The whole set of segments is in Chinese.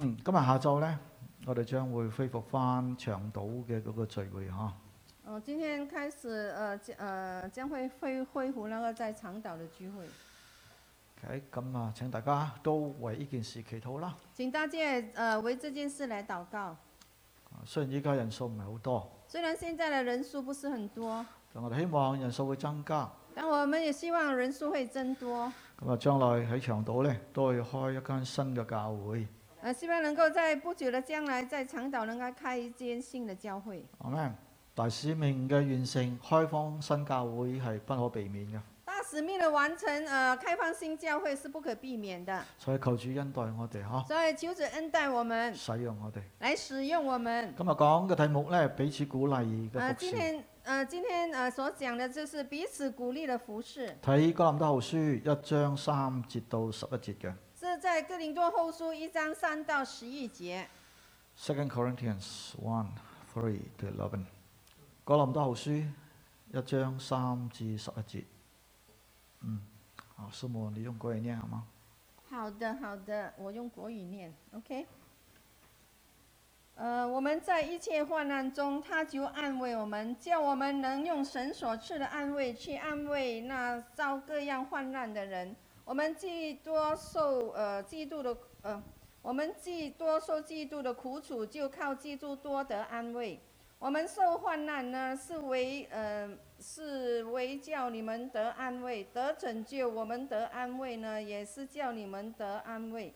嗯，今日下晝呢，我哋將會恢復翻長島嘅嗰個聚會嚇。呃，今天开始，呃，将呃将会恢恢复那个在长岛的聚会， OK，咁啊，請大家都為呢件事祈禱啦。请大家呃为这件事来祷告。啊雖然依家人數唔係好多，虽然现在的人数不是很多，但我哋希望人數會增加。但我们也希望人数会增多。咁啊，將來喺長島呢，都會開一間新嘅教會。呃，希望能够在不久的将来，在长岛能够开一间新的教会。阿咩？大使命嘅完成，開放新教會係不可避免嘅，大使命的完成，呃，开放新教会是不可避免的，所以求主恩待我哋嚇，所以求主恩待我们，使用我哋。来使用我们。今日講嘅題目呢，彼此鼓勵呃，嘅服今侍。天呃今天呃所讲的就是彼此鼓励的服饰，睇哥林多後書一章三節到十一節嘅。是在哥林多后书一章三到十一节。 Second Corinthians one three to eleven，哥林多後書一章三至十一節。嗯，好，師母你用國語念好嗎？好的，好的，我用国语念，OK。呃，我们在一切患难中，他就安慰我们，叫我们能用神所赐的安慰去安慰那遭各样患难的人。我们既多受呃基督的呃，我们既多受基督的苦楚，就靠基督多得安慰。我们受患难呢，是为呃是为叫你们得安慰，得拯救；我们得安慰呢，也是叫你们得安慰。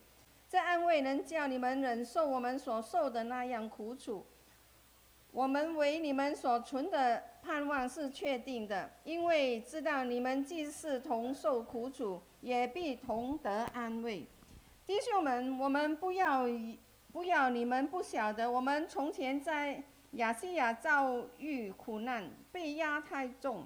这安慰能叫你们忍受我们所受的那样苦楚。我们为你们所存的盼望是确定的，因为知道你们既是同受苦楚，也必同得安慰。弟兄们，我们不要以不要你们不晓得，我们从前在。亚细亚遭遇苦难，被压太重，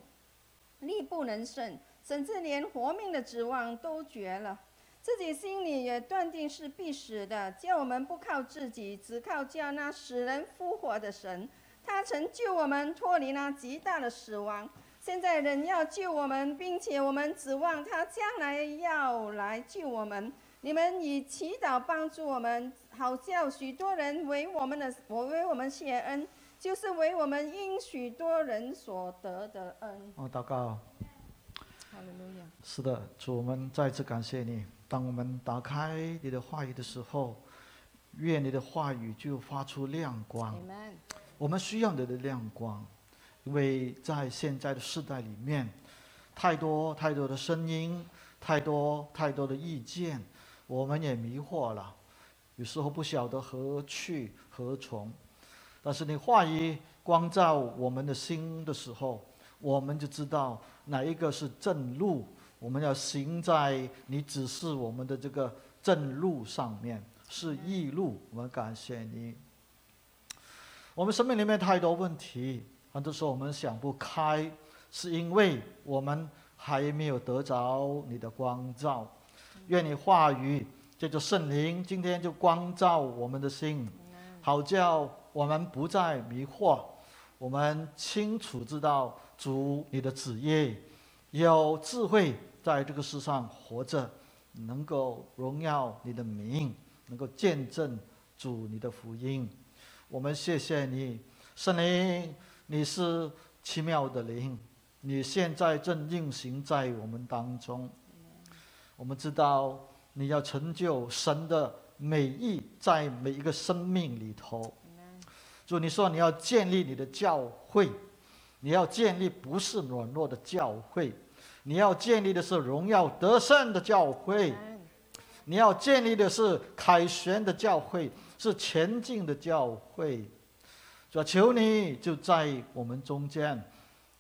力不能胜，甚至连活命的指望都绝了。自己心里也断定是必死的，叫我们不靠自己，只靠叫那使人复活的神。他曾救我们脱离那极大的死亡，现在仍要救我们，并且我们指望他将来要来救我们。你们以祈祷帮助我们，好叫许多人为我们的我为我们谢恩，就是为我们因许多人所得的恩。我祷告，哈利路亚！是的，主，我们再次感谢你。当我们打开你的话语的时候，愿你的话语就发出亮光。你们我们需要你的亮光，因为在现在的时代里面，太多太多的声音，太多太多的意见，我们也迷惑了，有时候不晓得何去何从。但是你话语光照我们的心的时候，我们就知道哪一个是正路，我们要行在你指示我们的这个正路上面，是义路。我们感谢你。我们生命里面太多问题，很多时候我们想不开，是因为我们还没有得着你的光照。愿你话语借着圣灵，今天就光照我们的心，好叫我们不再迷惑。我们清楚知道主你的旨意，有智慧在这个世上活着，能够荣耀你的名，能够见证主你的福音。我们谢谢你，圣灵，你是奇妙的灵，你现在正运行在我们当中。我们知道你要成就神的美意在每一个生命里头。主，你说你要建立你的教会，你要建立不是软弱的教会，你要建立的是荣耀得胜的教会。们你要建立的是凯旋的教会，是前进的教会。主啊，求你就在我们中间，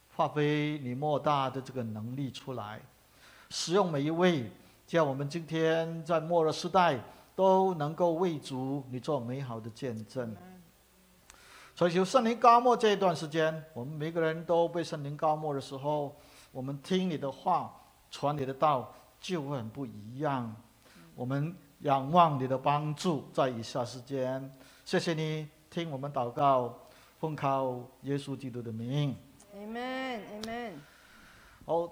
发挥你莫大的这个能力出来，使用每一位，叫我们今天在末日时代都能够为主你做美好的见证。所以求圣灵高莫这一段时间，我们每个人都被圣灵高莫的时候，我们听你的话，传你的道，就会很不一样。我们仰望你的帮助，在以下时间，谢谢你听我们祷告，奉靠耶稣基督的名。你们你们，好，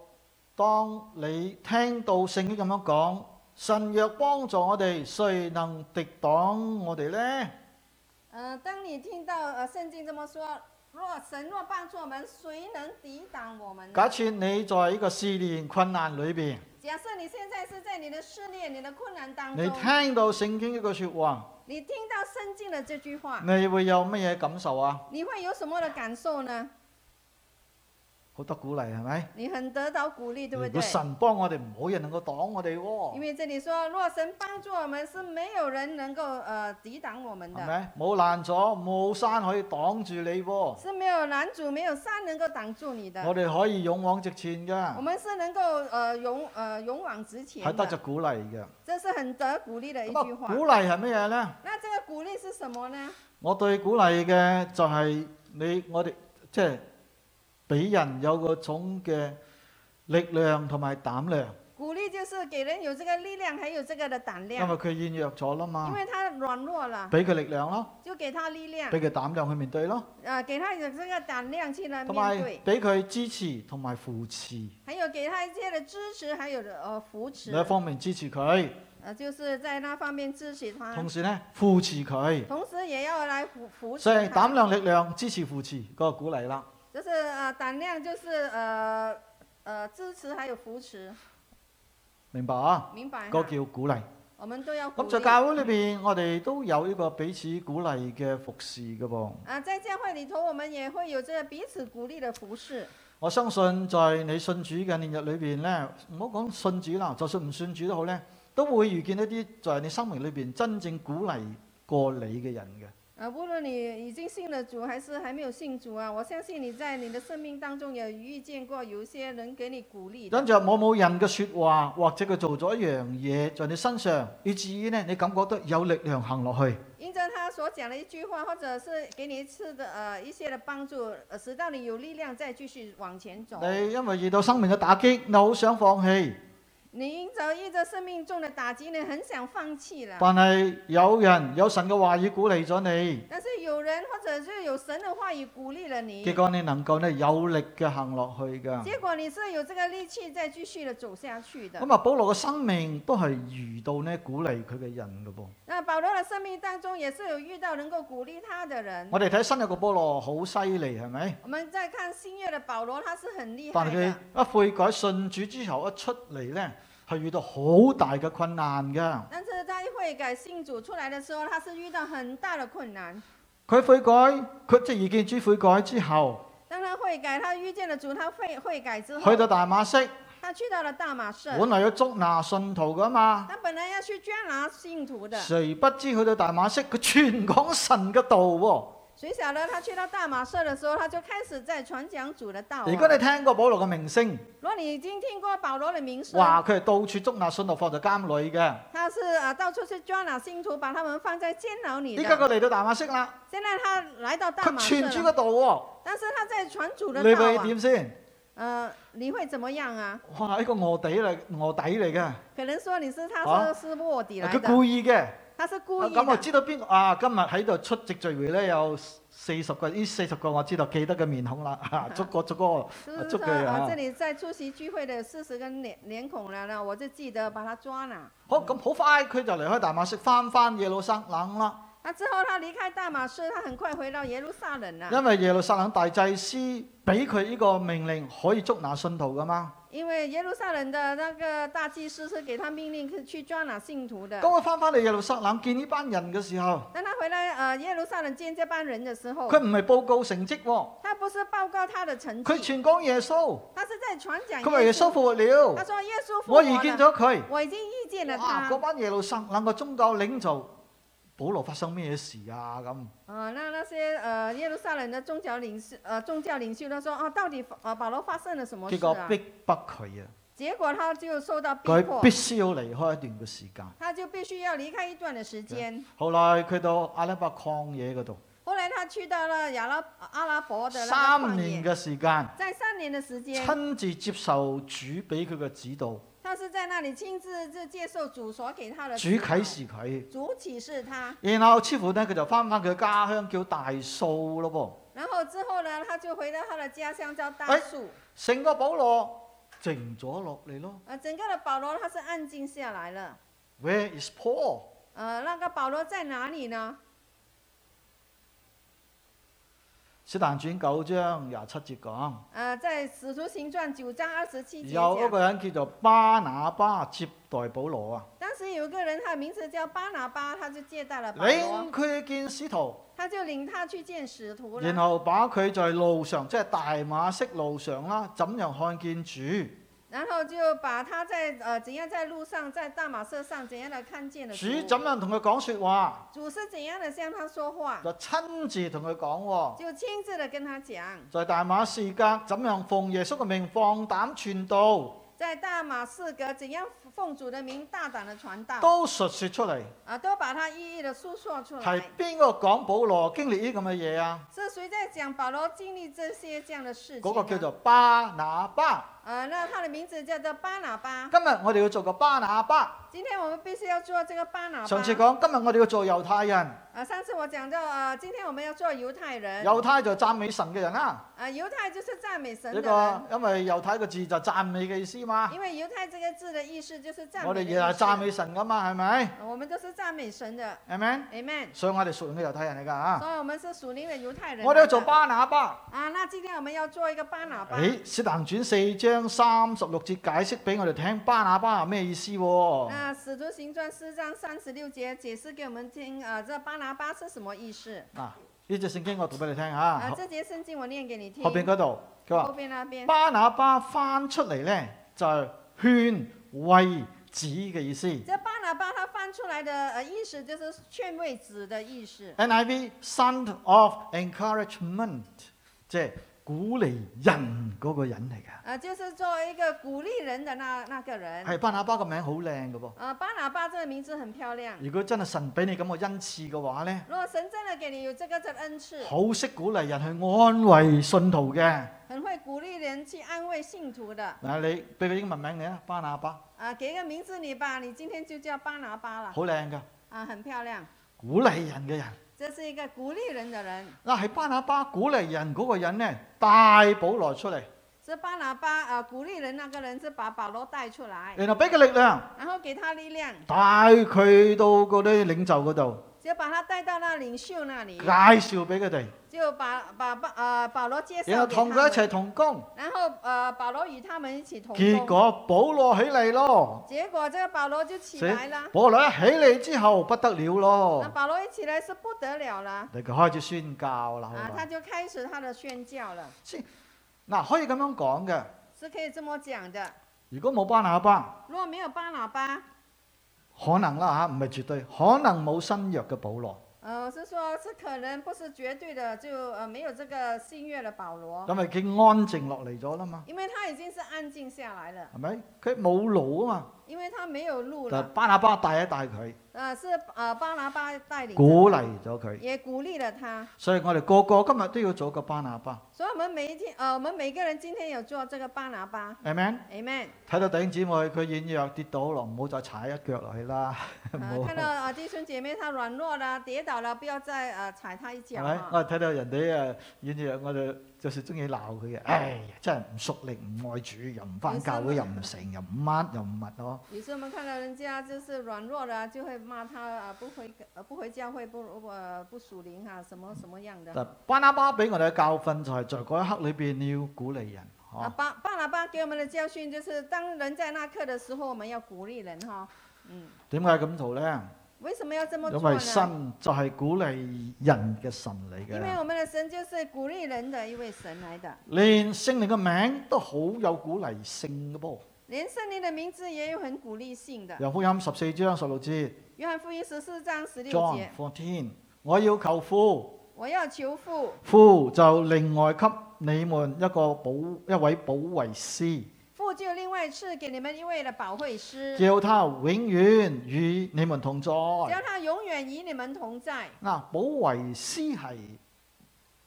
當你聽到聖經咁樣講，神若幫助我哋，誰能敵擋我哋呢？呃，当你听到呃圣经这么说，若神若帮助我们，谁能抵挡我们呢？假設你在呢個試煉困難裏邊，假设你现在是在你的试炼、你的困难当中你，聽到聖經一句説話，你听到圣经的这句话，你會有乜嘢感受啊？你会有什么的感受呢？好得鼓勵係咪？你很得到鼓励，对不如果对？神幫我哋，冇人能夠擋我哋因喎，为这里说，若神帮助我们，是没有人能够呃抵挡我们係的，咪？冇攔阻，冇山可以擋住你喎。是没有拦阻，没有山能够挡住你我的。哋可以勇往直前我嘅，们是能够呃勇呃勇往直前係得的，着鼓勵嘅。这是很得鼓励的一咁啊句话。鼓勵係乜嘢呢？那这个鼓励是什么呢？我對鼓勵嘅就係你我哋即係俾人有嗰種嘅力量同埋膽量，鼓励就是给人有这个力量，还有这个的胆因量，為佢軟弱咗啦因嘛，为他软弱了，俾佢力量咯，就给他力量，俾佢膽量去面對咯，呃，给他有这个胆量去来同面埋对，俾佢支持同埋扶持还有给他一些的支持，还有的呃扶持，兩方面支持佢，呃，就是在那方面支持他，同時呢扶持佢，同时也要来扶扶所以持膽他。量力量支持扶持嗰個鼓勵啦。就是呃胆量就是呃呃支持还有扶持，明白啊？明白嗰、哈？叫鼓勵。我们都要鼓咁在励。教會裏邊，我哋都有呢個彼此鼓勵嘅服侍嘅噃。啊，在教会里头，我们也会有这个彼此鼓励的服饰。我相信在你信主嘅年日裏邊咧，唔好講信主啦，就算唔信主都好咧，都會遇見一啲在你生命裏邊真正鼓勵過你嘅人嘅。啊，无论你已经信了主，还是还没有信主啊，我相信你在你的生命当中也遇见过有一些人给你鼓励的跟。着某某人嘅説話，或者佢做咗一樣嘢在你身上，以至於咧你感覺到有力量行落去。因着他所讲的一句话，或者是给你一次的呃一些的帮助，呃使到你有力量再继续往前走。你因為遇到生命嘅打擊，你好想放棄，你因着遇着生命中的打击，你很想放弃了。但係有人有神嘅話語鼓勵咗你，但是有人或者是有神的话语鼓励了你，結果你能夠咧有力嘅行落去㗎。结果你是有这个力气再继续的走下去的。咁啊，保羅嘅生命都係遇到呢鼓勵佢嘅人嘅噃。那保罗的生命当中也是有遇到能够鼓励他的人。我哋睇新約嘅保羅好犀利，係咪？我们再看新月的保罗，他是啊很厉但害係的。佢一悔改信主之後一出嚟呢，係遇到好大嘅困難㗎。但是他悔改信主出来的时候，他是遇到很大的困难。佢悔改，佢即係遇見主悔改之後，当他悔改，他遇见了主，他悔悔改之去后，到大馬色，他去到了大马士。本來要捉拿信徒㗎嘛，他本来要去抓拿信徒的，誰不知去到大馬色，佢全講神嘅道喎。谁晓得他去到大马士的时候，他就开始在传讲主的道、啊。如果你聽過保羅嘅名聲，如果你已經聽過保羅的名聲，話佢係到處捉拿信徒放在監裏嘅，他是啊到处去抓拿信徒，把他们放在监牢里依家的。佢嚟到大馬色啦，现在他来到大佢马士傳主嘅了，道喎。但是他在传主的你道會啊，點先？呃，你會怎么样啊？哇！呢個卧底嚟，卧底嚟嘅，可能说你是他啊说是卧底来佢的，故意啊嘅。他是故意咁我的。知道邊個啊？今日喺度出席聚會咧，有四十個，呢四十個我知道記得嘅面孔啦， 啊逐 個逐個。就是捉说佢啊啊，这里在出席聚会的四十个脸脸孔了呢，我就记得把他抓了。好，咁好快佢就離開大馬色，翻翻耶路撒冷啦。那之后他离开大马士，他很快回到耶路撒冷了，因為耶路撒冷大祭司俾佢呢個命令，可以捉拿信徒噶嘛。因为耶路撒冷的那个大祭司是给他命令去去抓拿信徒的咁。佢翻翻嚟耶路撒冷見呢班人嘅時候，当他回来呃耶路撒冷见这班人的时候，佢唔係報告成績喎，他不是报告他的成佢绩，全講耶穌，他是在传讲佢話耶耶穌稣。復活他了，说耶稣复活我遇見了，咗佢。我已经遇见了哇！他嗰。班耶路撒冷嘅宗教領袖，保羅發生咩事啊？咁啊，那那些呃耶路撒冷的宗教领袖呃宗教领袖都说啊，到底呃保罗发生了什么結事果啊？逼迫佢啊，结果他就受到逼佢迫必，須要離開一段嘅時間。他就必须要离开一段的时间。後來佢到阿拉伯曠野嗰度，后来他去到了亚拉阿拉伯的那个三旷年野，嘅時間，在三年的时间，親自接受主俾佢嘅指導，他是在那里亲自就接受主所给他的主指导啟，示佢。主启示他。然後似乎呢，佢就翻返佢家鄉叫大數咯然后之后呢，他就回到他的家乡叫大哎树。噃，成個保羅靜咗落嚟咯。呃，整个的保罗他是安静下来了。 Where is Paul？呃，那个保罗在哪里呢？使徒行傳九章廿七節講，呃，在《使徒行传》九章二十七节有一讲，個人叫做巴拿巴接待保羅啊，当时有一个人，他的名字叫巴拿巴，他就接待了保罗，啊領佢見使徒，他就领他去见使徒然了。後把佢在路上，即係大馬色路上啦，怎樣看見主？然后就把他在呃怎样在路上，在大马色上怎样的看见了主怎樣同佢講説話？主是怎样的向他说话，就親自同佢講喎。就亲自的跟他讲，在大馬士革怎樣奉耶穌嘅命放膽傳道，在大马士革怎样奉主的名大胆的传道，啊、都述説出嚟。都把他一一的诉说出係来。邊個講保羅經歷呢咁嘅嘢啊？是谁在讲保罗经历这些这样的事情嗰、呢？個叫做巴拿巴。呃，那他的名字叫做巴拿巴。今日我哋要做個巴拿巴。今天我们必须要做这个巴拿巴。上次講，今日我哋要做猶太人。呃，上次我講到啊、呃今天我們要做猶太人，啊、猶太就讚美神嘅人啦、呃，猶太就是讚美神呢的個人，因為猶太個字就讚美嘅意思嘛。因為猶太這個字的意思就是讚我哋美日的日意思啊讚美神噶嘛，係咪呃我們都是讚美神的？Amen。 ，Amen。所以我哋屬靈嘅猶太人嚟㗎啊！所以我們是屬靈的猶太人。我哋要做巴拿巴。啊，那今天我們要做一個巴拿巴。誒《使徒行傳》四章三十六節解釋俾我哋聽，巴拿巴係咩意思喎、那啊《使徒行傳》四章三十六節解釋給我們聽，啊、這巴拿巴是什麼意思？嗱、呢隻聖經我讀俾你聽啊、嚇，這節聖經我念給你聽。後邊嗰度佢後話邊那邊，巴拿巴翻出嚟呢，就係、勸慰子嘅意思。這巴拿巴他翻出來的呃意思就是劝慰子的意思。 NIV son of encouragement，即係鼓勵人嗰個人嚟㗎。呃，就是作为一个鼓励人的那那个人。係巴拿巴個名好靚嘅噃。呃，巴拿巴这个名字很漂亮。如果真係神俾你咁嘅恩賜嘅話呢，如果神真的给你有这个的恩赐，好識鼓勵人去安慰信徒嘅。很会鼓励人去安慰信徒的。嗱，你俾個英文名你啊，巴拿巴，啊，给一个名字你吧，你今天就叫巴拿巴了。好靚噶，啊，很漂亮，鼓勵人嘅人。这是一个鼓励人的人。嗱，係巴拿巴鼓勵人嗰個人呢，帶保羅出嚟，是巴拿巴啊、呃鼓励人那个人是把保罗带出来，然後俾佢力量，然后给他力量，帶佢到嗰啲領袖嗰度，就把他带到那领袖那里介，紹俾佢哋，就把把巴呃保罗介然绍後给他同佢一们，齊同工。然后呃保罗与他们一起同結工。果保羅起嚟咯，结果这个保罗就起来了，保羅一起嚟之後不得了那咯，保罗一起来是不得了了你就開始宣教啦。好啊，他嘛就开始他的宣教了，先嗱，可以咁樣講嘅，是可以这么讲的。如果冇巴拿巴，如果没有巴拿巴，可能啦嚇，唔係絕對，可能冇新約嘅保羅。呃，我是说，是可能不是绝对的，就呃没有这个新月的保罗，因為已經安靜落嚟咗啦嘛，因为他已经是安静下来了，係咪？佢冇腦啊因为他没有路嘛，就了。巴拿巴帶一帶佢，呃，是呃巴拿巴带领着鼓他，勵咗佢。也鼓励了他，所以我哋個個今日都要做個巴拿巴所以我们每一天呃我们每个人今天有做这个巴拿巴，amen。 ，amen。睇到弟兄姊妹佢軟弱跌倒落，唔好再踩一腳落去啦，唔呃，好看到呃弟兄姐妹他软弱了，跌倒了，不要再呃踩他一係脚咪啊？。我哋睇到人哋誒軟弱，我哋就是中意鬧佢嘅，唉，真係唔熟力，唔愛主，又唔啊翻教會，又唔成，又唔乜，哦又唔物咯。有时我们看到人家就是软弱的啊，就会骂他啊，不回呃不回教会，不不呃不属灵啊，什么什么样的。但巴拿巴俾我哋嘅教訓就係在嗰一刻裏邊你要鼓勵人，哦嗬、啊，巴巴拉巴给我们的教训就是，当人在那刻的时候，我们要鼓励人哈。嗯，點解咁做咧？为什么要这么因做為呢？神就係鼓勵人嘅神嚟因为嘅，我们的神就是鼓励人的一位神来的，連聖靈嘅名都好有鼓勵性嘅噃。连圣灵的名字也有很鼓励性的。有福音十四章十六節约翰福音十四章十六，John 节， fourteen，我要求父，我要求父，父就另外給你們一個保一位保惠師，父就另外赐给你们一位的保惠师，叫他永遠與你們同在。叫他永远与你们同在。嗱，保惠師係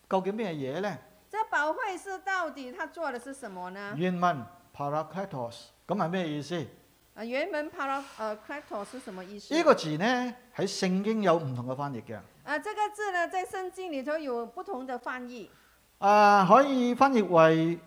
究竟咩嘢呢？这保惠师到底他做的是什么呢？原文 parakletos，咁係咩意思？呃，原文 para 呃 c r a t o 是什么意思？呢個字呢，喺聖經有唔同嘅翻譯嘅。啊，这个字呢，在圣经里头有不同的翻译，啊，可以翻譯為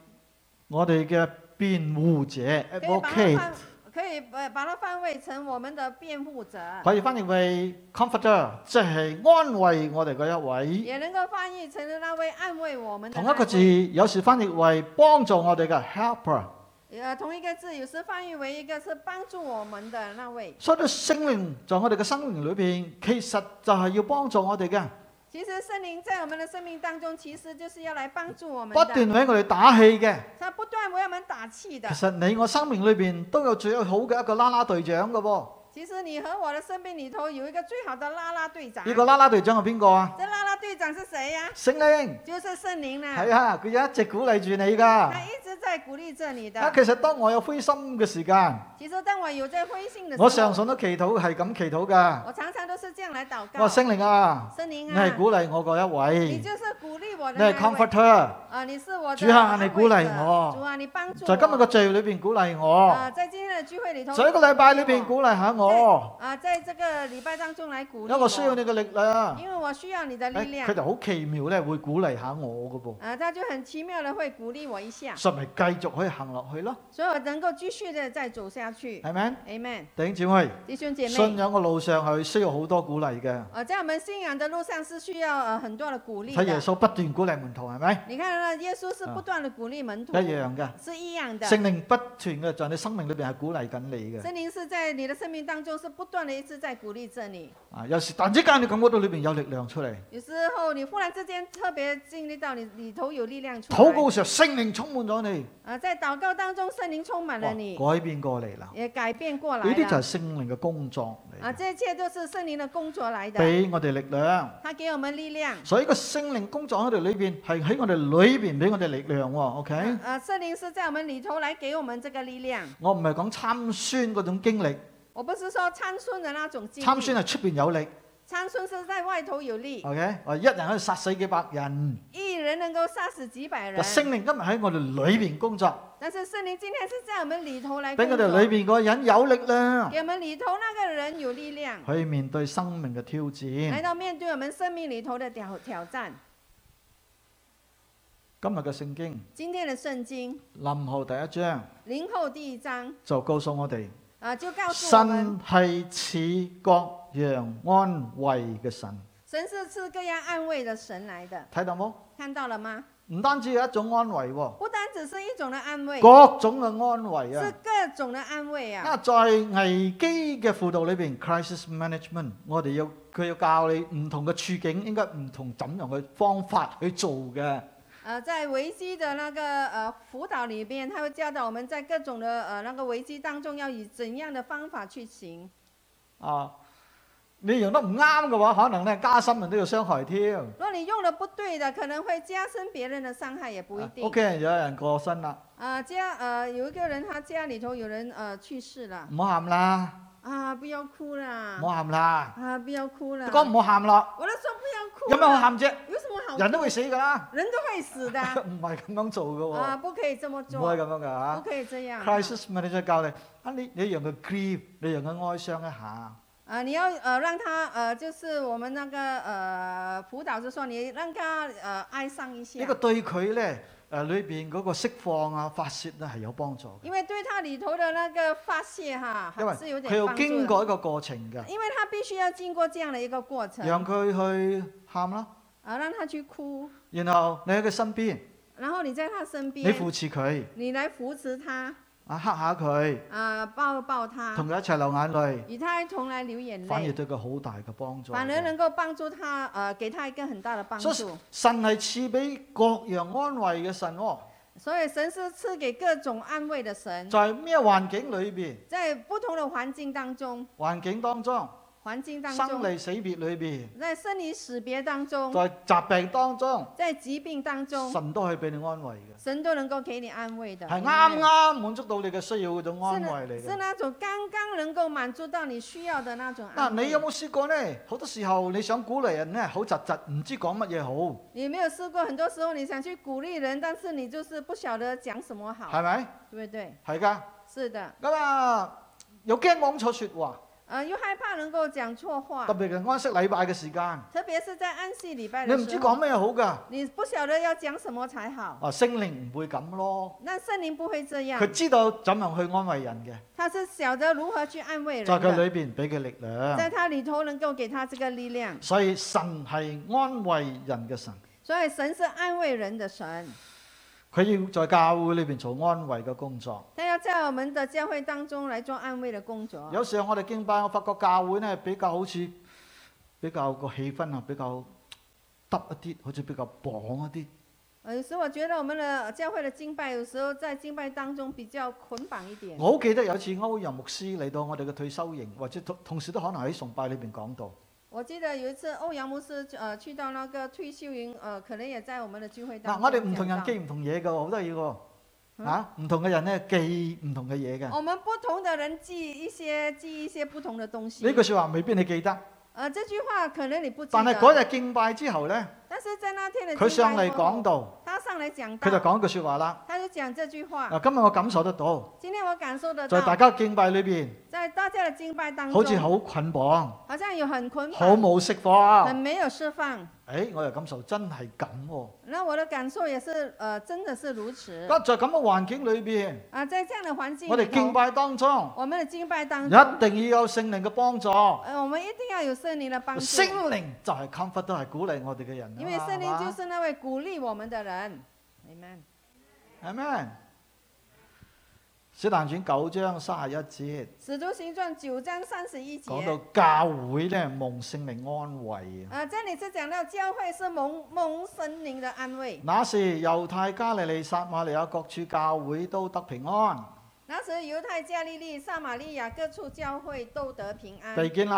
我哋嘅辯護者可以把它 advocate，翻，可以呃把它翻译成我们的辩护者，可以翻譯為 comforter，即係安慰我哋嘅一位。也能够翻译成那位安慰我们的同那一位。個字有時翻譯為幫助我哋嘅 helper。呃，同一个字，有时翻译为一个是帮助我们的那位。所以呢聖靈在我哋嘅生命裏邊，其實就係要幫助我哋嘅，其实圣灵在我们的生命当中，其实就是要来帮助我们不斷的，為我哋打氣嘅。他不断为我们打气的其。實你我生命裏邊都有最好嘅一個啦啦隊長嘅喎。其实你和我的生命里头有一个最好的啦啦队长，呢個啦啦隊長係邊個啊？这啦啦队长是谁呀、聖靈。就是圣灵啦、係啊，佢一直鼓勵住你㗎。他一直在鼓励着你啊，的。其實當我有灰心嘅時間，其实当我有在灰心的时候，我常常都祈禱係咁祈禱㗎。我常常都是这样来祷我話告。聖靈啊，圣灵你啊係，鼓勵我嗰一你位，就是鼓励我的你那係一位 comforter。啊，你是我的主啊你安慰鼓勵者我主啊，你帮助在今日嘅我。聚會裏邊鼓勵我，啊，在今天的聚会里头，在一個禮拜裏邊鼓勵下我，啊，在这个礼拜当中来鼓因励為我需哦要你嘅力量。因为我需要你的力誒量佢。就好奇妙咧，會鼓勵下我嘅噃，啊，他就很奇妙的会鼓励我一下，所以咪繼續可以行落去咯，所以我能够继续的再走下去。係咪？ Amen，弟兄姊妹，弟兄姐信妹，仰嘅路上係需要好多鼓勵嘅，呃，在我们信仰的路上是需要呃很多的鼓励睇耶的。穌不斷鼓勵門徒係咪？你看啊，耶稣是啊不断的鼓励门徒，一樣嘅，是一样的。聖靈不斷嘅在你生命裏邊係鼓勵緊你嘅。森林是在你的生命当中是不断的一直在鼓励着你。啊，有時突然之間你感覺到裏邊有力量出嚟，有时候你忽然之间特别经历到你里头有力量出禱来，告嘅時候聖靈充滿咗你，啊，在祷告当中，森林充满了你，哇改變過嚟啦。也改变过呢来啲就係了。聖靈嘅工作啊，嚟，这一切都是森林的工作来的，俾我哋力量。他给我们力量。所以個聖靈工作喺我哋裏邊，係喺我哋裏邊俾我哋力量喎。OK，、呃，圣灵是在我们里头来给我们这个力量。我唔係講參孫嗰種經歷，我不是说参孙的哦那种经參历，孫係出邊有力。参孙是在外头有力， OK，話一人可以殺死幾百人。一人能够杀死几百個人。聖靈今日喺我哋裏邊工作，但是圣灵今天是在我们里头来俾工我作，哋裏邊嗰個人有力量，给我们里头那个人有力量，去面對生命嘅挑来戰。到面对我们生命里头的挑挑战。今日嘅聖經今天的圣经林後第一章零后第一章就告訴我哋，啊、就告诉我们，神係似各樣安慰嘅神，神是赐各样安慰的神来的，睇到冇？看到了吗？唔單止有一種安慰喎，不单只是一种的安慰，各種嘅安慰啊是！各种的安慰啊。啊，在危機嘅輔導裏邊，crisis management，我哋要佢要教你唔同嘅處境應該唔同怎樣嘅方法去做嘅。呃，在危机的那个呃辅导里边，他会教导我们在各种的呃那个危机当中要以怎样的方法去行。啊，你用得唔啱嘅話，可能咧加深人都要傷害添。如果你用的不对的，可能会加深別人的傷害，也不一啊定屋。企人有人過身啦，啊，家呃有一个人，他家里头有人呃去世了，唔好喊啦，啊不要哭啦唔，好喊啦，啊不要哭啦，你講唔好喊啦，我都说不有咩要哭好啦，喊啫？有什么好？人都會死㗎啦，人都會死的 唔係咁樣做啊，嘅不可以这么喎，唔可以做，咁樣㗎不嚇。可以这样。 crisis manager 教你啊，你你讓佢 grieve，你讓佢哀傷一下。啊，你要呃让他呃，就是我们那个呃辅导就说你让他呃哀伤一呢下個，對佢咧誒裏邊嗰個釋放啊、發泄咧係有幫助嘅，因为对他里头的那个发泄哈，因还是有為佢点要帮經助過的。一個過程嘅，因为他必須要經過這樣的一個過程，讓佢去喊啦，啊，讓他去哭，然後你喺佢身邊，然後你在他身你邊，扶持佢，你來扶持他，啊黑下佢，啊，抱抱他同，佢一齊流眼淚，與他同來流眼反而淚，對佢好大嘅幫助嘅。反而能夠幫助他，呃，給他一個很大的幫所以助。神係賜俾各樣安慰嘅神喎、所以神是賜給各種安慰的神，在咩環境裏邊、在不同的環境当中，環境當中、環境當生中，離死別裏邊、在生離死別當中，在疾病當中，在疾病當中，神都係俾你安慰嘅。神都能夠給你安慰的。係啱啱滿足到你嘅需要嗰種安慰嚟是嘅。那種剛剛能夠滿足到你需要的那種嗱，安慰。你有冇試過呢？好多時候你想鼓勵人呢，好窒窒，唔知講乜嘢好，你没有试过，很多时候你想去鼓励人，但是你就是不晓得讲什么好，係咪？对不对？係㗎，是的，咁啊又驚講錯説話，呃，又害怕能够讲错话特，別係安息禮拜嘅時間，特别是在安息礼拜你的唔知时講候，咩好㗎。你不晓得要讲什么才好。啊，聖靈唔會咁咯，那圣灵不会这样佢，知道怎樣去安慰人嘅，他是晓得如何去安慰在人佢的，裏邊俾嘅力在量。他里头能够给他这个力量。所以神係安慰人嘅神，所以神是安慰人的神，佢要在教會裏邊做安慰嘅工作。他要在我们的教会当中来做安慰的工作。有時候我哋敬拜，我發覺教會呢比較好似比較個氣氛啊，比較得一啲，好似比較綁一啲。呃，有时我觉得我们的教会的敬拜，有时候在敬拜当中比较捆绑一点。我好記得有次歐陽牧師嚟到我哋嘅退休營，或者同同時都可能喺崇拜裏邊講到。我记得有一次欧阳牧师呃去到那个退休营，呃，可能也在我们的聚会当嗱，中。我哋唔同人記唔同嘢嘅喎，好得意喎。嗯啊，唔同嘅人呢記唔同嘅嘢嘅。我们不同的人记一些记一些不同的东西。呢句説話未必你記得，呃，这句話可能你啊不知啊道但係嗰日敬拜之後呢，但是在那天的佢上嚟敬拜過後講道，他上来講佢就道，講句説話啦。他就講這句話。嗱，今日我感受得到，今天我感受啊得在大到，家敬拜裏邊，在大家的敬拜當好似中，好捆綁，好像有很捆好啊綁，冇釋放很。沒有釋放。誒，我又感受真係咁喎。那我的感受也是，呃，真的是如此。咁在咁嘅環境裏邊，啊，在這樣的環境我里哋敬頭，拜當中，我們的敬拜當一定中，要有聖靈嘅幫助。呃，我們一定要有聖靈的幫助，聖靈就係 comfort，都係鼓勵我哋嘅人啊嘛。因為聖靈就係是那位鼓勵我們的人。Amen。咪？使徒行傳九章三十一節使徒行傳九章三十一講節到，教會咧蒙聖靈安慰啊。啊，這裡是講到教會是蒙蒙神靈的安慰。那時猶太加利利撒瑪利亞各處教會都得平安，那时犹太、加利利、撒玛利亚各处教会都得平安被，建立。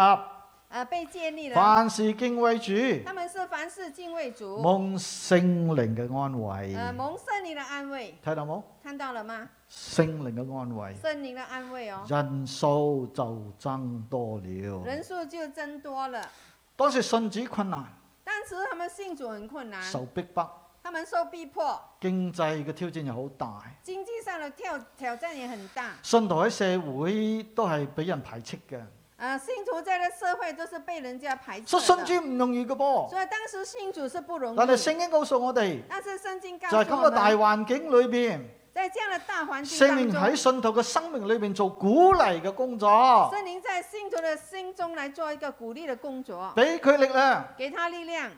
呃，被建立了。凡事敬畏主，他们是凡事敬畏主，蒙聖靈嘅安慰。呃，蒙圣灵的安慰，睇到冇？看到了吗？聖靈嘅安慰，圣灵的安慰哦，人數就增多了。人数就增多了。當時信主困難，当时他们信主很困难，受逼迫，他们受逼迫，經濟嘅挑戰又好大，经济上的挑挑战也很大。信徒喺社會都係俾人排斥嘅，呃，信徒在这社会都是被人家排斥所以信的，主唔容易嘅噃。所以当时信主是不容但係易。聖經告訴我哋，但是圣经告就係诉咁我嘅大们，環境裏邊。在这样的大环境聖当靈中，喺信徒嘅生命裏邊做鼓勵嘅工作，圣灵在信徒的心中来做一个鼓励的工作，俾佢力量，给他力量，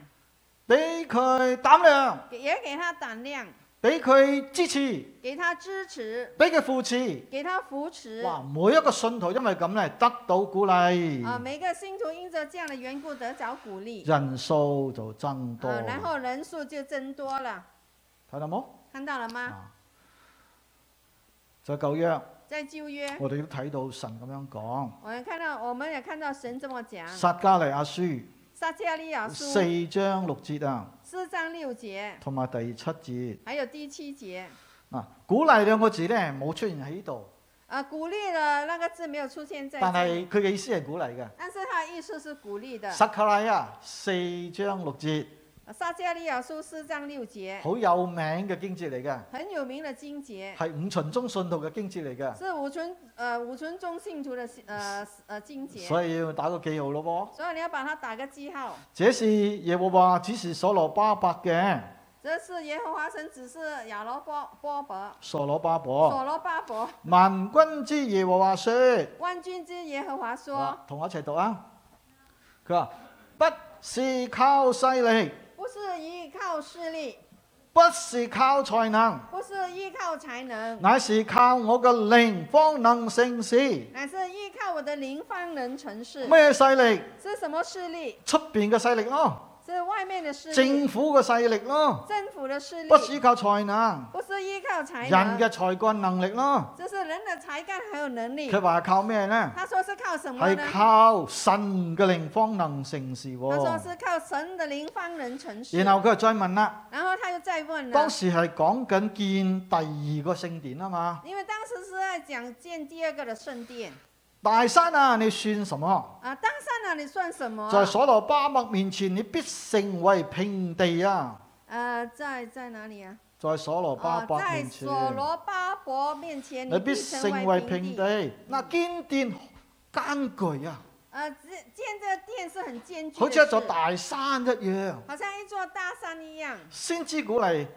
俾佢膽量，给也给他胆量，俾佢支持，给他支持，俾佢扶持。给他扶持。哇！每一個信徒因為咁咧，得到鼓啊，勵，每个信徒因着这样的缘故得着鼓励，人數就增多。啊，然睇后人数就增多了，到冇？看到了吗？啊在舊約，在旧约，我哋都睇到神咁樣講，我们看到，我们也看到神这么讲， 《 《撒加利亞書撒加利亚》书》四章六節啊，四章六节，同埋第七節还有第七节。嗱，鼓勵兩個字咧冇出現喺度，啊，鼓励的那个字没有出现在但这里，係佢嘅意思係鼓勵嘅。但是它的意思是鼓励的。撒卡拉啊，四章六節，撒加利亚书四章六节，好有名嘅經節嚟嘅，很有名的经节，係五旬宗信徒嘅經節嚟嘅，是五旬呃五旬中信徒的信呃呃经节，所以要打個記號咯所以你要把它打个记号。噃。這是耶和華指示所羅巴伯嘅，这是耶和华神指示亚罗波波伯、所羅巴伯，所罗巴伯、萬軍之耶和華說，万军之耶和华说哇：同我一齊讀啊！佢話不是靠勢力，不是依靠势力，不是靠才能，不是依靠才能，乃是靠我嘅靈方能成事。乃是依靠我的灵方能成事。咩勢力？是什么势力？出邊嘅勢力咯，是外面的势力，政府嘅勢力咯。政府的势力不，是靠才能，不是依靠才人能，嘅才幹能力咯。这是人的才干还有能力。佢話靠咩呢？他说是靠什么呢係？靠哦神嘅靈方能成事他说喎。是靠神的灵方能成事。然後佢就再問啦，然后他又再问當了，時係講緊建第二個聖殿啊嘛。因为当时是在讲建第二个的圣殿大山啊，你算什麼？啊，当上了你算什么啊？在所羅巴伯面前，你必成為平地啊！呃，在在哪里啊？在所羅巴哦，伯在面前，所罗巴伯面前，你你必必成成為为平地平地。。嗱，建殿奸巨啊，呃，这建这殿是很艰巨好的似一座事大山一樣。好像一座大山一样。先知鼓勵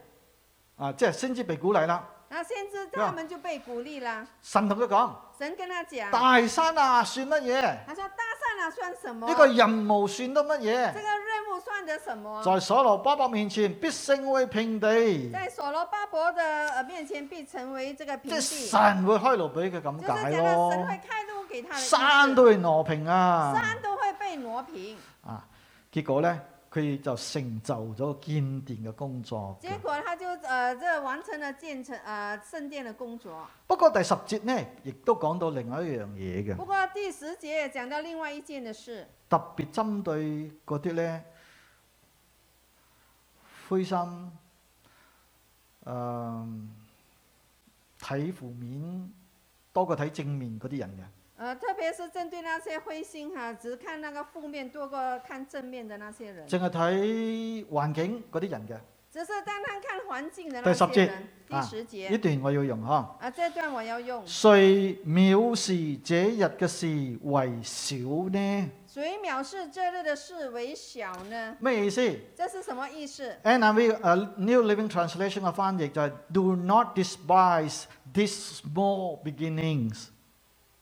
啊，即係先知被鼓勵啦。然后先知对啊他们就被鼓励了，神同佢講：神跟他讲，大山啊，算乜嘢？他说大山啊算什么？呢個任務算得乜嘢这？个任务算得什么？在所羅巴伯面前必勝會平地，在所罗巴伯的呃面前必成为这个即平係地，神會開路俾佢就咁是讲解到神咯会。开路给他的意思，山都會挪平啊！山都会被挪平。啊，結果呢，佢就成就咗建殿嘅工作嘅。结果他就呃这完成了建成呃圣殿的工作。不過第十節呢，亦都講到另外一樣嘢嘅。不过第十节也讲到另外一件的事，特別針對嗰啲咧灰心、誒、睇負面多過睇正面嗰啲人嘅，呃，特别是针对那些灰心哈、只看那个负面多过看正面的那些人，淨係睇環境嗰啲人嘅。只是单单看环境的第那十些节人。第啊十呢节段我要用呵。啊，这段我要用。誰藐視這日嘅事為小呢？谁藐视这日的事为小呢？咩意思这是什么意思？ ？NIV 誒、New Living Translation 嘅翻譯就係、Do not despise these small beginnings。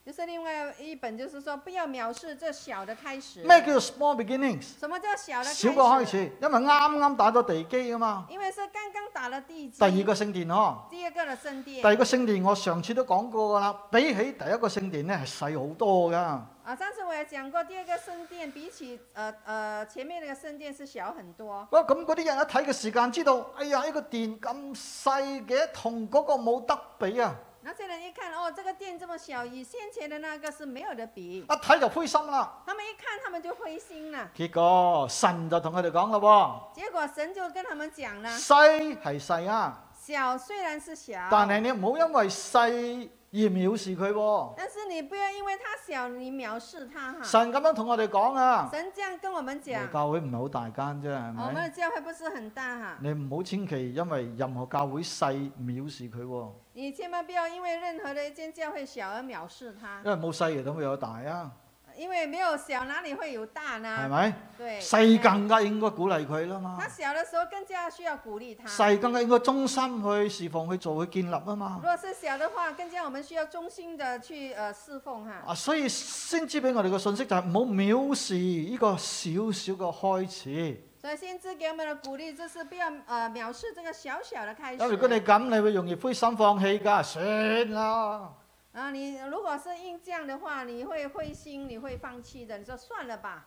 就是另外一本，就是说不要藐视这小的开始。咩叫 small beginnings？什么叫小的开始？小個 Dạ. 開始，因為啱啱打咗地基啊嘛。因为是刚刚打了地基。第二個聖殿呵，第二个的圣第殿，二個聖殿我上次都講過㗎啦，比起第一個聖殿咧係細好多㗎。啊，上次我也讲过，第二个圣殿比起呃呃前面那个圣殿是小很多。哇！咁嗰啲人一睇嘅時間知道，哎呀，呢個殿咁細嘅，同嗰個冇得比啊！那些人一看，哦，这个殿这么小，与先前的那个是没有的比一。睇就灰心啦。他们一看，他们就灰心了。結果神就同佢哋講啦结果神就跟他们讲喎，了，細係細啊，小虽然是小，但係你唔好因為細而藐視佢喎。但是你不要因为他小，你藐视他哈。神咁樣同我哋講啊，神这样跟我们讲，哦教會唔係好大間啫，係我咪们？的教会不是很大哈，你唔好千祈因為任何教會細藐視佢喎，你千万不要因为任何的一间教会小而藐视它因，為冇細嘅咁會有大啊，因为没有小哪里会有大係呢？咪？对，細更加應該鼓勵佢啦嘛他，小的时候更加需要鼓励他。細更加應該忠心去侍奉去做去建立啊如嘛。果是小的话，更加我们需要衷心的去呃侍奉哈。啊，所以先知俾我哋嘅信息就係唔好藐視呢個小小嘅開始，所以先知给我们的鼓励就是不要呃藐视这个小小的开因為如果你始。咁，你會容易灰心放棄㗎，算啦。啊，你如果是硬这样的话，你会灰心，你会放弃的。你说算了吧。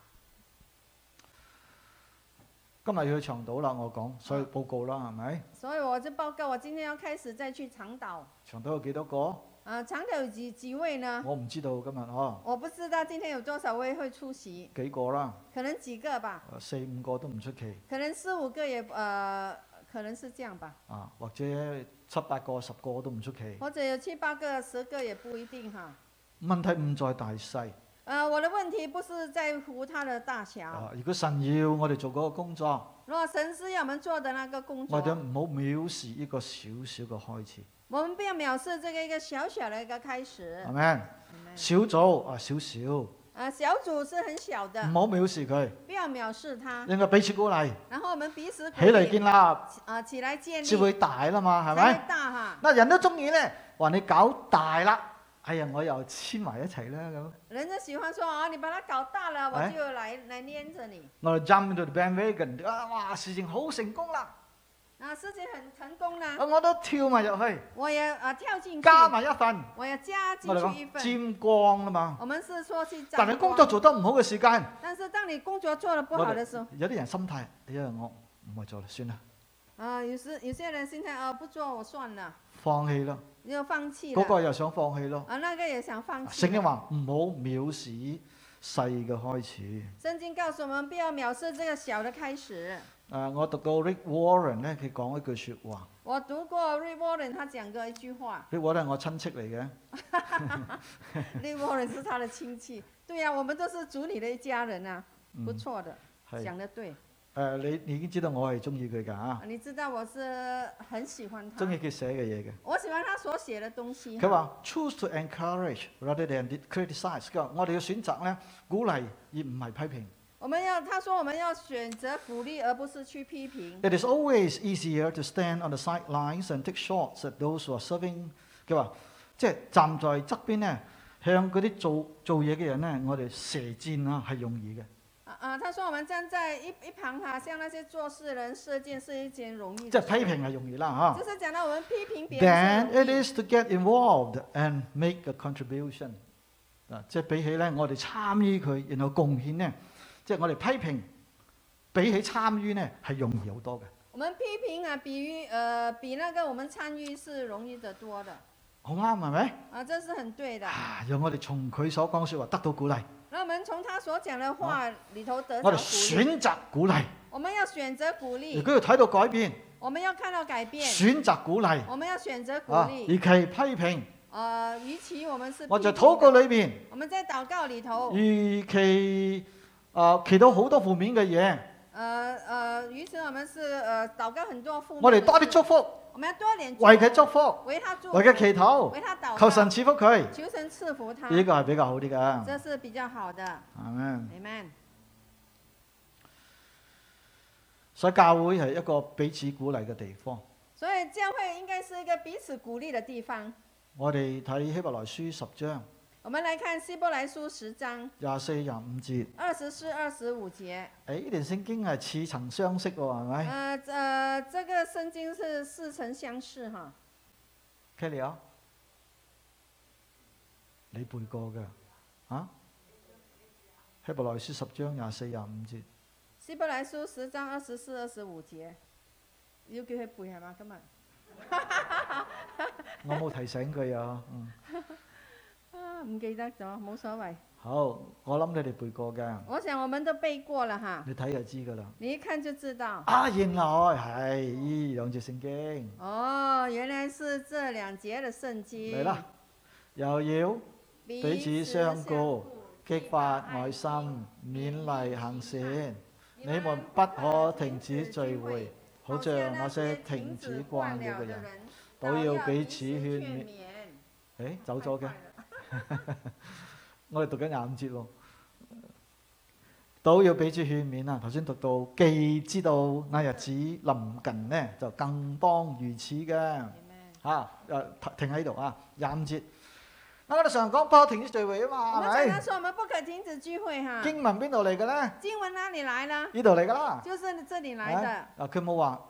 今日要去長島啦，我講，所以報告啦，係咪？所以我就报告，我今天要开始再去长岛。長島有幾多個？呃，长岛有几几位呢？我唔知道今日哦，我不知道今天有多少位会出席，幾個啦？可能几个吧，呃四五個都唔出奇可能四五个也呃，可能是这样吧，啊，或者七八個、十個都唔出奇。或者有七八个、十个也不一定哈。問題唔在大細。呃，我的问题不是在乎它的大小，啊，如果神要我哋做嗰個工作，如果神是要我们做的那个工我哋作，唔好藐視呢個小小嘅開始，我们不要藐视这个一个小小的一个开始係。咪？小組啊，少少，唔呃，小组是很小的，好藐視佢，不要藐视它，應該彼此鼓勵，起然后我们彼此鼓嚟励，建立，啊、起来建立，至會大啦嘛，係才咪？会大哈。嗱，人都中意咧，話你搞大啦，哎呀，我又黐埋一齊啦咁，人家喜欢说啊，你把它搞大了，哎我就来来粘着你。我哋 jump into the bandwagon，啊，哇，事情好成功啦，啊，事情很成功啦，啊我都跳埋入去，我也啊跳进去，加埋一份。我也加进我哋去一講份。沾光啦嘛。我们是说去沾但係工作光，做得唔好嘅時間，但是当你工作做的不我好哋的时候，有啲人心態，哎呀，我唔係做啦，算啦，啊，有时有些人心态啊不做我算了，放棄啦。就放弃嗰了。個又想放棄咯。啊，那个也想放弃聖經了。話唔好藐視細嘅開始。圣经告诉我们，不要藐视这个小的开始。誒、啊我讀到 Rick Warren 咧，佢講一句説話。我读过 Ray Warren，他讲过一句话 Rick Warren 係我親戚嚟嘅， ，Ray Warren 是他的亲戚。对呀、我们都是族里的一家人啊，不嗯，错的，係讲的对。誒，你你已經知道我係中意佢㗎啊，你知道我是很喜欢他中，意佢寫嘅嘢嘅。我喜欢他所写的东西佢哈。話 choose to encourage rather than criticise。佢話我哋要選擇咧鼓勵而唔係批評。我们要他说我们要选择鼓励，而不是去批评。 It is always easier to stand on the sidelines and take shots at those who are serving。佢話即係站在側邊咧，向嗰啲做做嘢嘅人咧，我哋射箭啊係容易嘅。啊啊，他说我们站在一一旁哈、向那些做事人射箭是一件容易即的係事，批評係容易啦就是講到我們批評嚇。別 Then 人是 it 容易 is to get involved and make a contribution。啊，即係比起咧，我哋參與佢，然後貢獻咧，即係我哋批評，比起參與咧係容易好多嘅。我們批評啊，比喻呃比那个我們參與是容易得多的好啱係咪？啊，這是很對的。啊，讓我哋從佢所講説話得到鼓勵，那我們從他所講的話裡頭得到我鼓哋勵，選擇鼓勵。我們要選擇鼓如勵，果要睇到改變，我們要看到改變，選擇鼓勵我們要選擇鼓啊，而其勵。批評，啊呃，與其我們是我批就評禱告的裏邊，我們在禱告裡頭，而其啊祈禱好多負面嘅嘢，呃呃，與其我們是呃禱告很多父母，我哋多啲祝福，我們要多點為祝佢福祝福。为他祝福，為佢祈啊禱，为他禱求告，神賜福佢，求神賜福他，呢個係比較好啲嘅。啊這是比較好的。 Amen Amen。所以教會係一個彼此鼓勵嘅地方。所以教会应该是一个彼此鼓勵的地方。我哋睇希伯來書十章我们来看希伯來書十章廿四廿五節，二十四、二十五節。誒呢段聖經係似曾相識喎，係咪呃呃，這個聖經是似曾相識哈。 ？Kelly 啊，你背過嘅啊？希伯來書十章廿四廿五節，希伯來書十章二十四、二十五節，要叫佢背係嘛？今日我冇提醒佢啊。嗯，啊，唔記得咗，冇所謂。好，我諗你哋背過嘅，我想我們都背過了哈，你睇就知㗎啦。你一看就知道。啊，原來係呢兩節聖經。哦，原來是這兩節的聖經。嚟啦，又要彼此相顧，激發愛心，勉勵行善。你們不可停止聚會，好像那些停止慣了嘅人，都要彼此勸勉。勉。誒，走咗嘅，我哋讀緊眼節喎。都要彼此勸勉啊！頭先讀到，既知道那日子臨近呢，就更當如此嘅。啊，誒停喺度啊，廿五節。嗱，我哋常講不可停止聚會啊哎我嘛，们常常係说我们不可停止聚会哈咪？。經文邊度嚟嘅咧？经文哪里來呢？呢度嚟㗎啦。就是这里来的。啊，佢冇話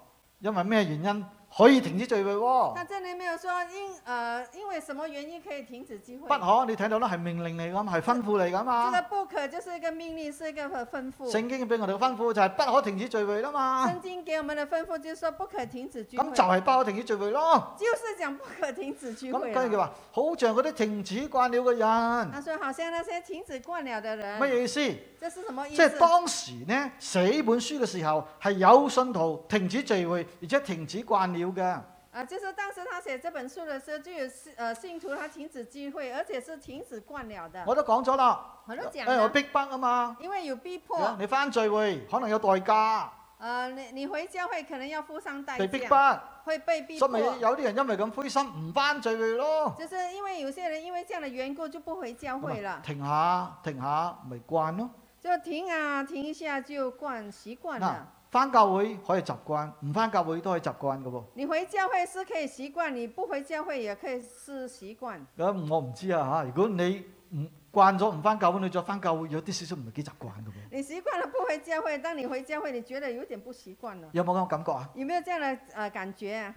因為咩原因可以停止聚會他喎？这里没有说因呃因为什么原因可以停止聚不会。可，啊你睇到啦，係命令嚟㗎嘛，係吩咐嚟㗎这嘛个。不可就是一个命令，是一个吩咐。聖經俾我哋嘅吩咐就係不可停止聚會啦嘛。圣经给我们的吩咐就是说不可停止聚啊咁会，就係不可停止聚會咯。就是讲不可停止聚咁会跟住佢了。話，好像嗰啲停止慣了嘅人，他说好像那些停止惯了的乜人，嘢意思？这是什么意即思？係當時呢，寫本書嘅時候係有信徒停止聚會，而且停止慣了嘅。啊，就是当时他写这本书的时候，就有信呃信徒他停止聚会，而且是停止惯了的。我都講咗啦，我都因讲為我了，逼迫啊嘛。因为有逼迫，你翻聚會可能有代價，呃，你你回教会可能要付上代被逼价，迫，会被逼所以咪迫。有啲人因為咁灰心唔翻聚會咯。就是因为有些人因为这样的缘故就不回教会咁啊了，停下停下咪慣咯。就停啊停一下就惯习惯嗱了。，翻教會可以習慣，唔翻教會都可以習慣嘅喎。你回教会是可以习惯，你不回教会也可以是习惯。咁我唔知啊嚇。如果你唔慣咗唔翻教會，你再翻教會有啲少少唔係幾習慣嘅喎。你习惯了不回教会，当你回教会，你觉得有点不习惯了，有冇咁嘅感覺啊？有没有这样的呃感觉啊？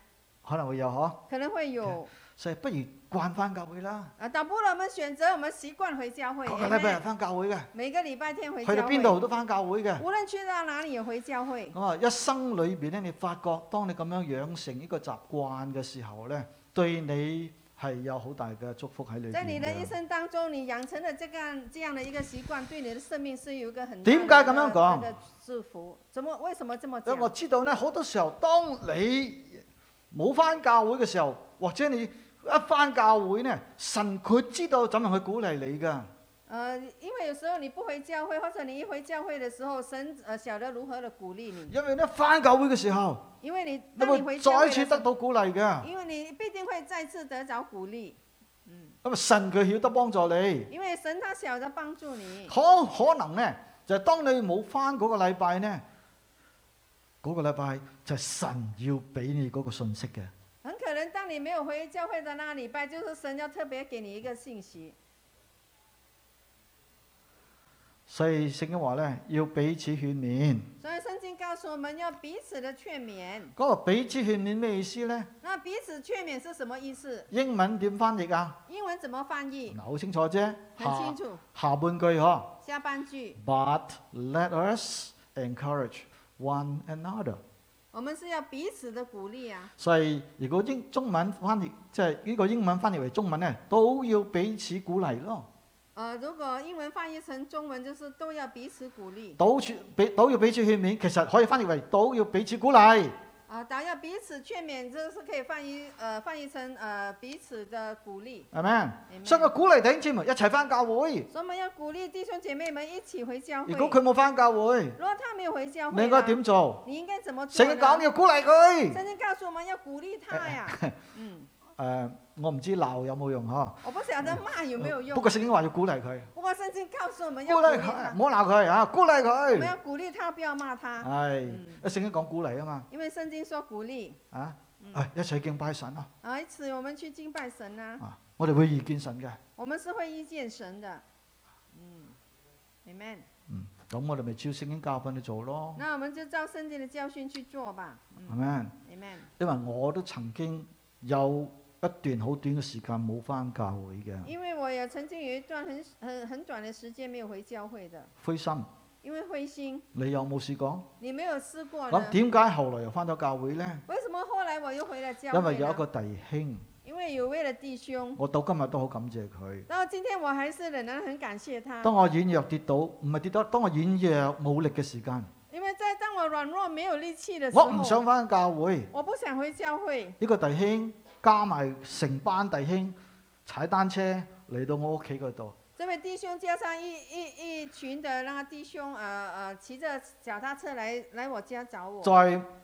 可能會有嗬。可能会有。所以不如慣翻教會啦。啊，倒不如我们选择我们习惯回教会，個個禮拜日 amen 翻教會嘅，每個禮拜天回去到教邊啊會，啊度都翻教會嘅。無論去到哪裡也回教會。咁啊，一生裏邊咧，你發覺當你咁樣養成呢個習慣嘅時候咧，對你係有好大嘅祝福喺裏在你邊的一嘅。生當中，你養成了這個這樣的一個習慣，對你的生命是有一個很大點的解一咁樣講個祝福。怎麼為什麼這麼因為我講？知道咧，好多時候當你冇翻教會嘅時候，或者你一翻教會咧，神佢知道怎樣去鼓勵你㗎。呃，因为有时候你不回教会，或者你一回教会的时候，神呃晓得如何的鼓励你，因為咧翻教會嘅時候，因为你你当會你回教再会一的次时得候，到鼓勵嘅。因为你必定会再次得着鼓励，因為神佢曉得幫助你。因为神他晓得帮助你。可可能咧，就係當你冇翻嗰個禮拜咧，嗰、個禮拜就係神要俾你嗰個信息嘅。很可能当你没有回教会的那礼拜，就是神要特别给你一个信息，所以聖經話咧，要彼此勸勉。所以圣经告诉我们要彼此的劝勉。嗰、個彼此勸勉咩意思咧？那彼此劝勉是什么意思？英文點翻譯啊？英文怎么翻译？嗱，好清楚啫。很下清楚。下半句嗬。下半句， But let us encourage one another。我们是要彼此的鼓励啊。所以如果英中文翻譯即係呢個英文翻譯為中文咧，都要彼此鼓勵咯。呃，如果英文翻译成中文，就是都要彼此鼓励，倒處俾倒要彼此勸勉，其實可以翻譯為倒要彼此鼓勵。啊、当然要彼此劝勉，这是可以翻译呃翻译成呃彼此的鼓励。係咪？ Amen 所以我鼓勵弟兄姊妹一齊翻教會。所以我们要鼓励弟兄姐妹们一起回教会。如果佢冇翻教會，如果他没有回啊教你会應該呢，點做？你应该怎么做成日呢？講你要鼓勵佢。圣经告诉我们要鼓励他呀。嗯，誒、我唔知鬧有冇用嗬。我不晓得骂有没有用不，過聖經話要鼓勵佢，不过圣经告诉我们鼓要鼓勵励佢，他唔，好鬧佢啊！鼓勵我们佢。要鼓励他，不要骂他。係嗯，聖經講鼓勵啊嘛。因为圣经说鼓励，啊，嗯啊一齊敬拜神啊！啊，一次我们去敬拜神呐、啊，我哋會遇見神嘅，我们是会遇见神的。嗯，Amen。嗯，咁我哋咪照聖經教訓去做咯，那我们就照圣经的教训去做吧。係咪？ Amen。因為我都曾經有一段好短嘅時間冇翻教會嘅，因为我也曾经有一段很很很短的时间没有回教会的，灰心。因为灰心。你有冇試過？你没有试过咁呢？點解後來又翻咗教會呢？为什么后来我又回了教因会為有一呢？個弟兄，因为有位了弟兄，我到今日都好感謝佢。到今天我还是仍然很感谢他，當我軟弱跌倒，唔係跌倒，當我軟弱冇力嘅時間，因为在当我软弱没有力气的时我唔候，想翻教會。我不想回教会。呢個弟兄加埋成班弟兄踩單車嚟到我屋企嗰度，这位弟兄加上一一一群的那个弟兄，呃呃，骑着脚踏车来来我家找我在。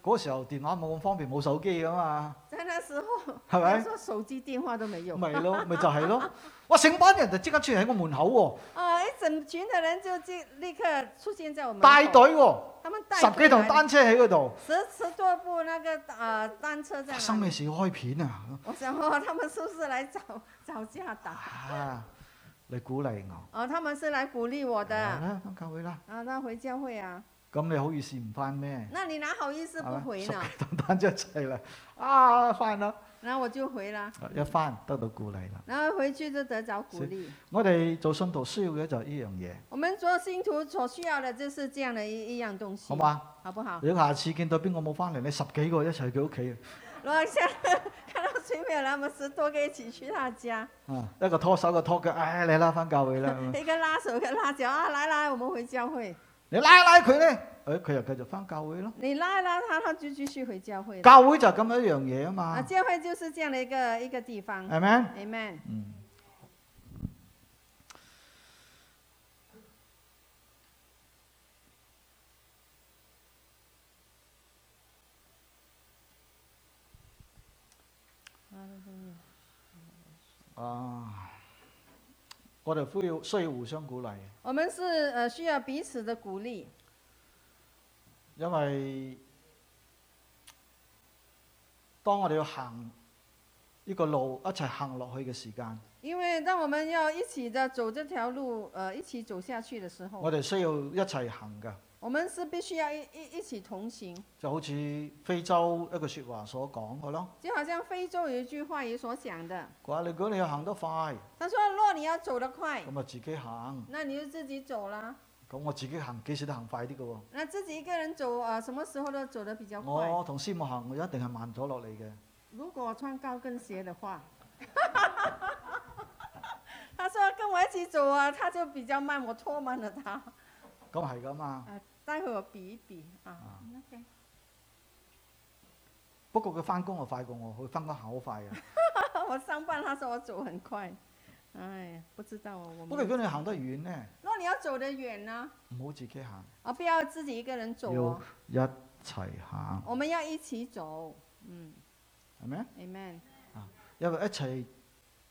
嗰時候電話冇咁方便，冇手機噶嘛，在那时候，係那咪时？候手机电话都没有咪咯，咪就係咯。哇！成班人就即刻出現喺我門口喎、啊，一整群的人就即立刻出现在我们大门隊口，喎、他们带十幾队台来單車喺嗰度。十十多部那个呃单车在發生那咩里。事開片啊？我想哦，他们是不是来找找架打？啊！你鼓勵我，哦，他们是来鼓励我的。啊，啊翻教會啦。那回教会啊，咁你好意思唔翻咩？那你哪好意思不啊係咪回十呢？幾台單車齊啦，啊翻啦！然后我就回了，一翻得到鼓勵啦。然后回去就得着鼓是励。我哋做信徒需要嘅就係呢樣嘢。我们做信徒所需要的就是这样的一一样东西，好嘛？好不好？如果下次見到邊個冇翻嚟，你十幾個一齊去佢屋企如果下 看到谁没有来，我们十多个一起去他家，啊，一個拖手一個拖腳，唉、你拉翻教會啦。咁樣一个拉手，一个拉脚啊，来来，我们回教会。你拉拉佢咧，誒、佢又繼續翻教會咯。你拉一拉他，他就继续回教会了。教會就係咁樣一樣嘢啊啊，嘛，教会就是这样的一个一个地方。係咪？ Amen。嗯。啊！我哋需要需要互相鼓勵，我们是呃需要彼此的鼓励，因為當我哋要行呢個路一齊行落去嘅時間，因为当我们要一起的走这条路，呃，一起走下去的时候，我哋需要一齊行㗎。我们是必须要一一一起同行。就好似非洲一句説話所講嘅咯。就好像非洲有一句话语所讲的，佢話：如果你要行得快，他说：“若你要走得快，咁啊自己行。那你就自己走啦。咁我自己行幾時都行快啲嘅喎。那自己一个人走，呃，什么时候都走得比较快。我同師母行，我一定係慢咗落嚟嘅。如果我穿高跟鞋的话， 他说跟我一起走啊，他就比较慢，我拖慢了他。咁係噶嘛。呃，待会我比一比啊啊。那 个不啊過佢翻工又快過我，佢翻工行好快嘅。我上班，他说我走很快。哎，不知道嗯哦，我不过如们果你行得遠呢，若你要走得远呢，唔好自己行，啊，不要自己一个人走要哦，一齊行，我们要一起走。嗯係咪？ ，Amen。因為一齊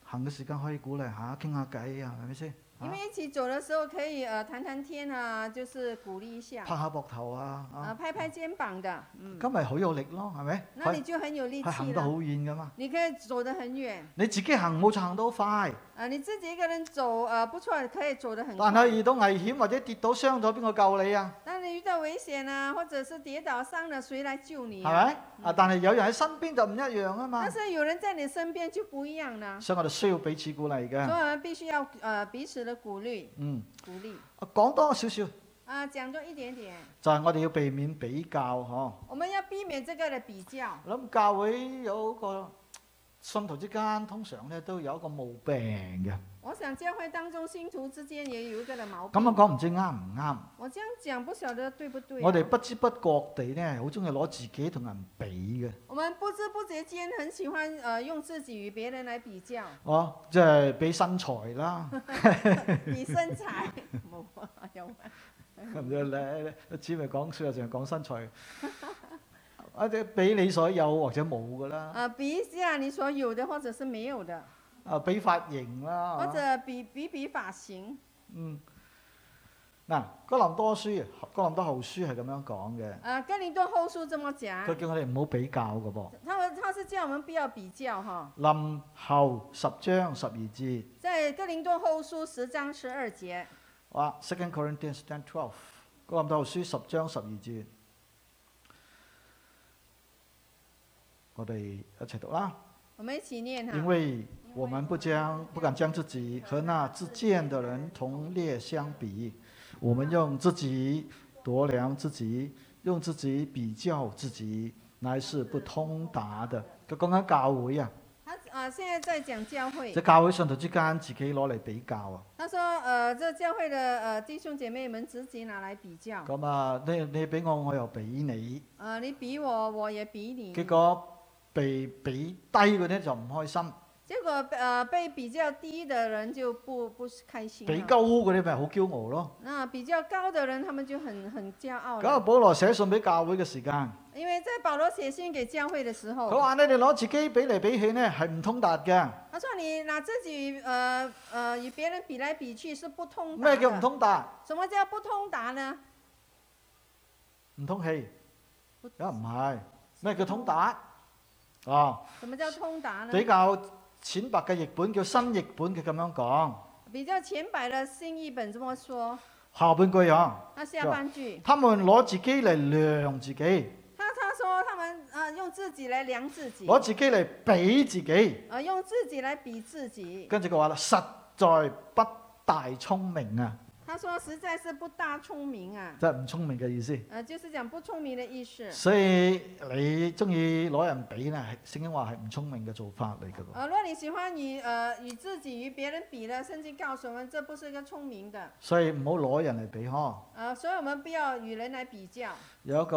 行嘅時間可以鼓勵下、傾下偈啊，係咪先？因啊为一起走的时候可以呃谈谈天啊，就是鼓励一下，拍下膊頭啊，啊啊，拍拍肩膀的，嗯咁咪好有力咯，係咪？那可以你就很有力係行气得好了。遠噶嘛。你可以走得很远，你自己行冇就行到快，啊，你自己一个人走，呃，不错，可以走得很但快。係遇到危險或者跌倒傷咗，邊個救你啊？但你遇到危险啊，或者是跌倒伤了，谁来救你、係啊？咪？啊，但係有人喺身邊就唔一樣啊嘛但。是有人在你身边就不一样了，所以我哋需要彼此鼓勵所以嘅。我们必须要呃彼此的鼓励，嗯，鼓励。講多少少啊，讲多一点点，就係我哋要避免比較嗬。我们要避免这个的比较。我諗教會有個信徒之間通常咧都有一個毛病嘅。我想教会当中信徒之间也有一个的毛咁病。樣講唔知啱唔啱？我这样讲不晓得对不对啊、我哋不知不覺地咧，好中意攞自己同人比嘅。我们不知不觉间很喜欢呃用自己与别人来 比较，哦，即係比身材啦，比身材。冇啊，有啊唔知咧，只咪講書啊，淨係講身材， 或者比你所有或者冇噶啦，呃，比一下你所有的或者是没有的，啊比髮型啦，或係嘛者比比比发型。嗯，嗱哥林多書、哥林多後書係咁樣講嘅，呃，哥林多后书这么讲佢，叫我哋唔好比較嘅噃。他们他是叫我们不要比较哈，林後十章十二節，在哥林多后书十章十二节，哇，Second Corinthians ten twelve，哥林多後書十章十二節，我哋一齊讀啦。我们一起念因哈。为我们不将不敢将自己和那自荐的人同列相比，我们用自己度量自己，用自己比较自己，乃是不通达的。佢講緊教會啊，他呃现在在讲教会即，係教會信徒之間自己攞嚟比較啊。他说呃这教会的呃弟兄姐妹们自己拿来比较，咁啊，你你俾我，我又俾你，呃你比我，我也比你。結果被比低嗰啲就唔開心，结果呃被比较低的人就不不是开心比了，高嗰啲咪好驕傲咯。那比较高的人他们就很很骄傲咁啊，了，保羅寫信俾教會嘅時間，因为在保罗写信给教会的时佢候，話：你哋攞自己比嚟比去呢，係唔通達嘅。他说你拿自己呃呃与别人比来比去是不通达咩叫唔的，通達？什么叫不通达呢？唔通氣？梗唔係。咩叫通達？啊，什么叫通达呢？比較淺白嘅譯本叫新譯本，佢咁樣講。比较浅白的新译本这么说，下半句啊，那下半句，他們攞自己嚟量自己，他他说他们呃用自己来量自己，攞自己嚟比自己，呃用自己来比自己，跟住佢話啦，實在不大聰明啊，他说实在是不大聪明啊。即係唔聰明嘅意思。呃，就是讲不聪明的意思。所以你中意攞人比呢，係聖經話係唔聰明嘅做法嚟嘅喎。呃，若你喜欢与呃与自己与别人比了，甚至告诉我们这不是一个聪明的。所以唔好攞人嚟比呵。呃，所以我们不要与人来比较。有一個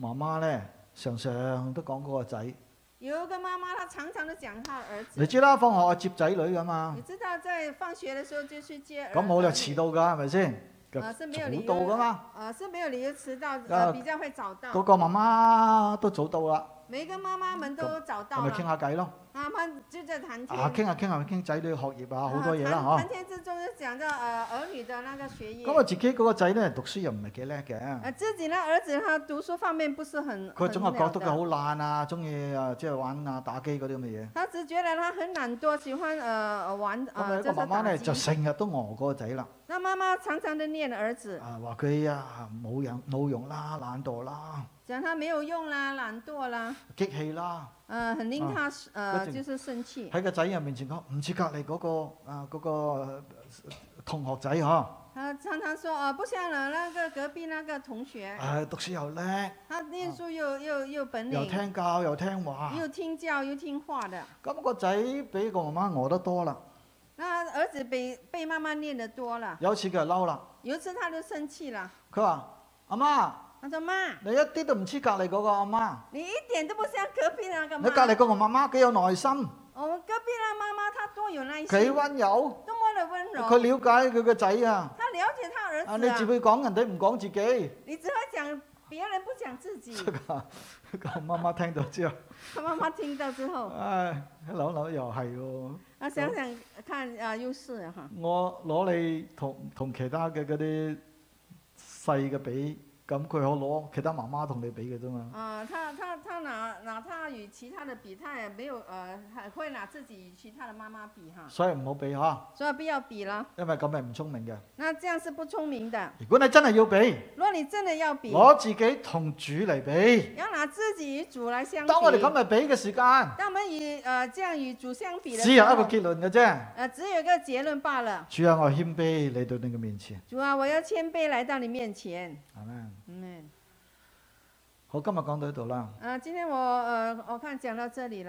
媽媽咧，常常都講嗰個仔，有一个妈妈，她常常的讲她儿子你，知啦，放學我接仔女噶嘛你，知道在放学的时候就去接儿咁冇理由子遲到㗎，係咪先？嗯啊是沒有理由早到噶嘛，呃是没有理由迟到，啊呃比较会早到。嗰個媽媽都早到啦，每一个妈妈们都咁早到咪傾了，下偈咯。他们就在谈天。啊，傾下傾下傾仔女學業啊，呃好多嘢谈啦谈天之中就讲到呃儿女的那个学嗬。业咁。啊我自己嗰個仔咧讀書又唔係幾叻呃，嘅，自己呢儿子他讀書方面不是很，佢很總係覺得了佢好懶啊，中意啊即係玩啊打機嗰啲咁嘅嘢。他只覺得他很懶惰，喜歡呃呃玩咁啊呃呢就個是媽媽打咧就機。成日都餓嗰個仔啦，那媽媽常常的念兒子，啊話佢啊冇用冇用啦，懶惰啦，講他沒有用啦，懶惰啦，激氣啦。呃，很令他啊不呃仅就是生氣。喺個仔人面前講，唔似隔離嗰個啊嗰、個呃同學仔嗬，他常常說呃不像了那個隔壁那個同學，啊讀書又叻，他念書啊又又又本又領，聽教又聽話，又聽教又聽話的。咁、個仔俾個媽媽餓得多啦，那兒子被被媽媽念得多了，有一次佢就嬲啦，有一次他就生氣了，佢話：阿媽，他說媽，你一啲都唔似隔離嗰個阿媽，你一點都不像隔壁那個你隔離媽。嗰個媽媽幾有耐心，我们哦隔壁的妈妈她多有耐佢心，温柔，多么的温柔佢，了解佢個仔啊。她了解她儿子啊，你只啊，會講人哋，唔講自己。 你只会讲别人，不讲自己。個媽媽聽到之後，她妈妈听到之后，唉，一諗一諗又係喎。啊，想想看啊，又是哈，我攞你同同其他嘅嗰啲細嘅比，咁佢可攞其他媽媽同你比嘅啫嘛。啊，她她她拿拿她与其他的比，她也没有呃，还会拿自己与其他的妈妈比哈，所以唔好比嚇，所以不要比了，因為咁係唔聰明嘅。那这样是不聪明的。如果你真係要比，如果你真的要比，攞自己同主嚟比。要拿自己与主来相比。當我哋咁嚟比嘅時間，当我们与呃这样与主相比的只时有候一個結論嘅啫。呃，只有一个结论罢了。主啊，我謙卑嚟到你嘅面前，主啊，我要谦卑来到你面前。係咪？嗯，好，今日講到呢度啦。啊呃，今天我呃，我看讲到这里了。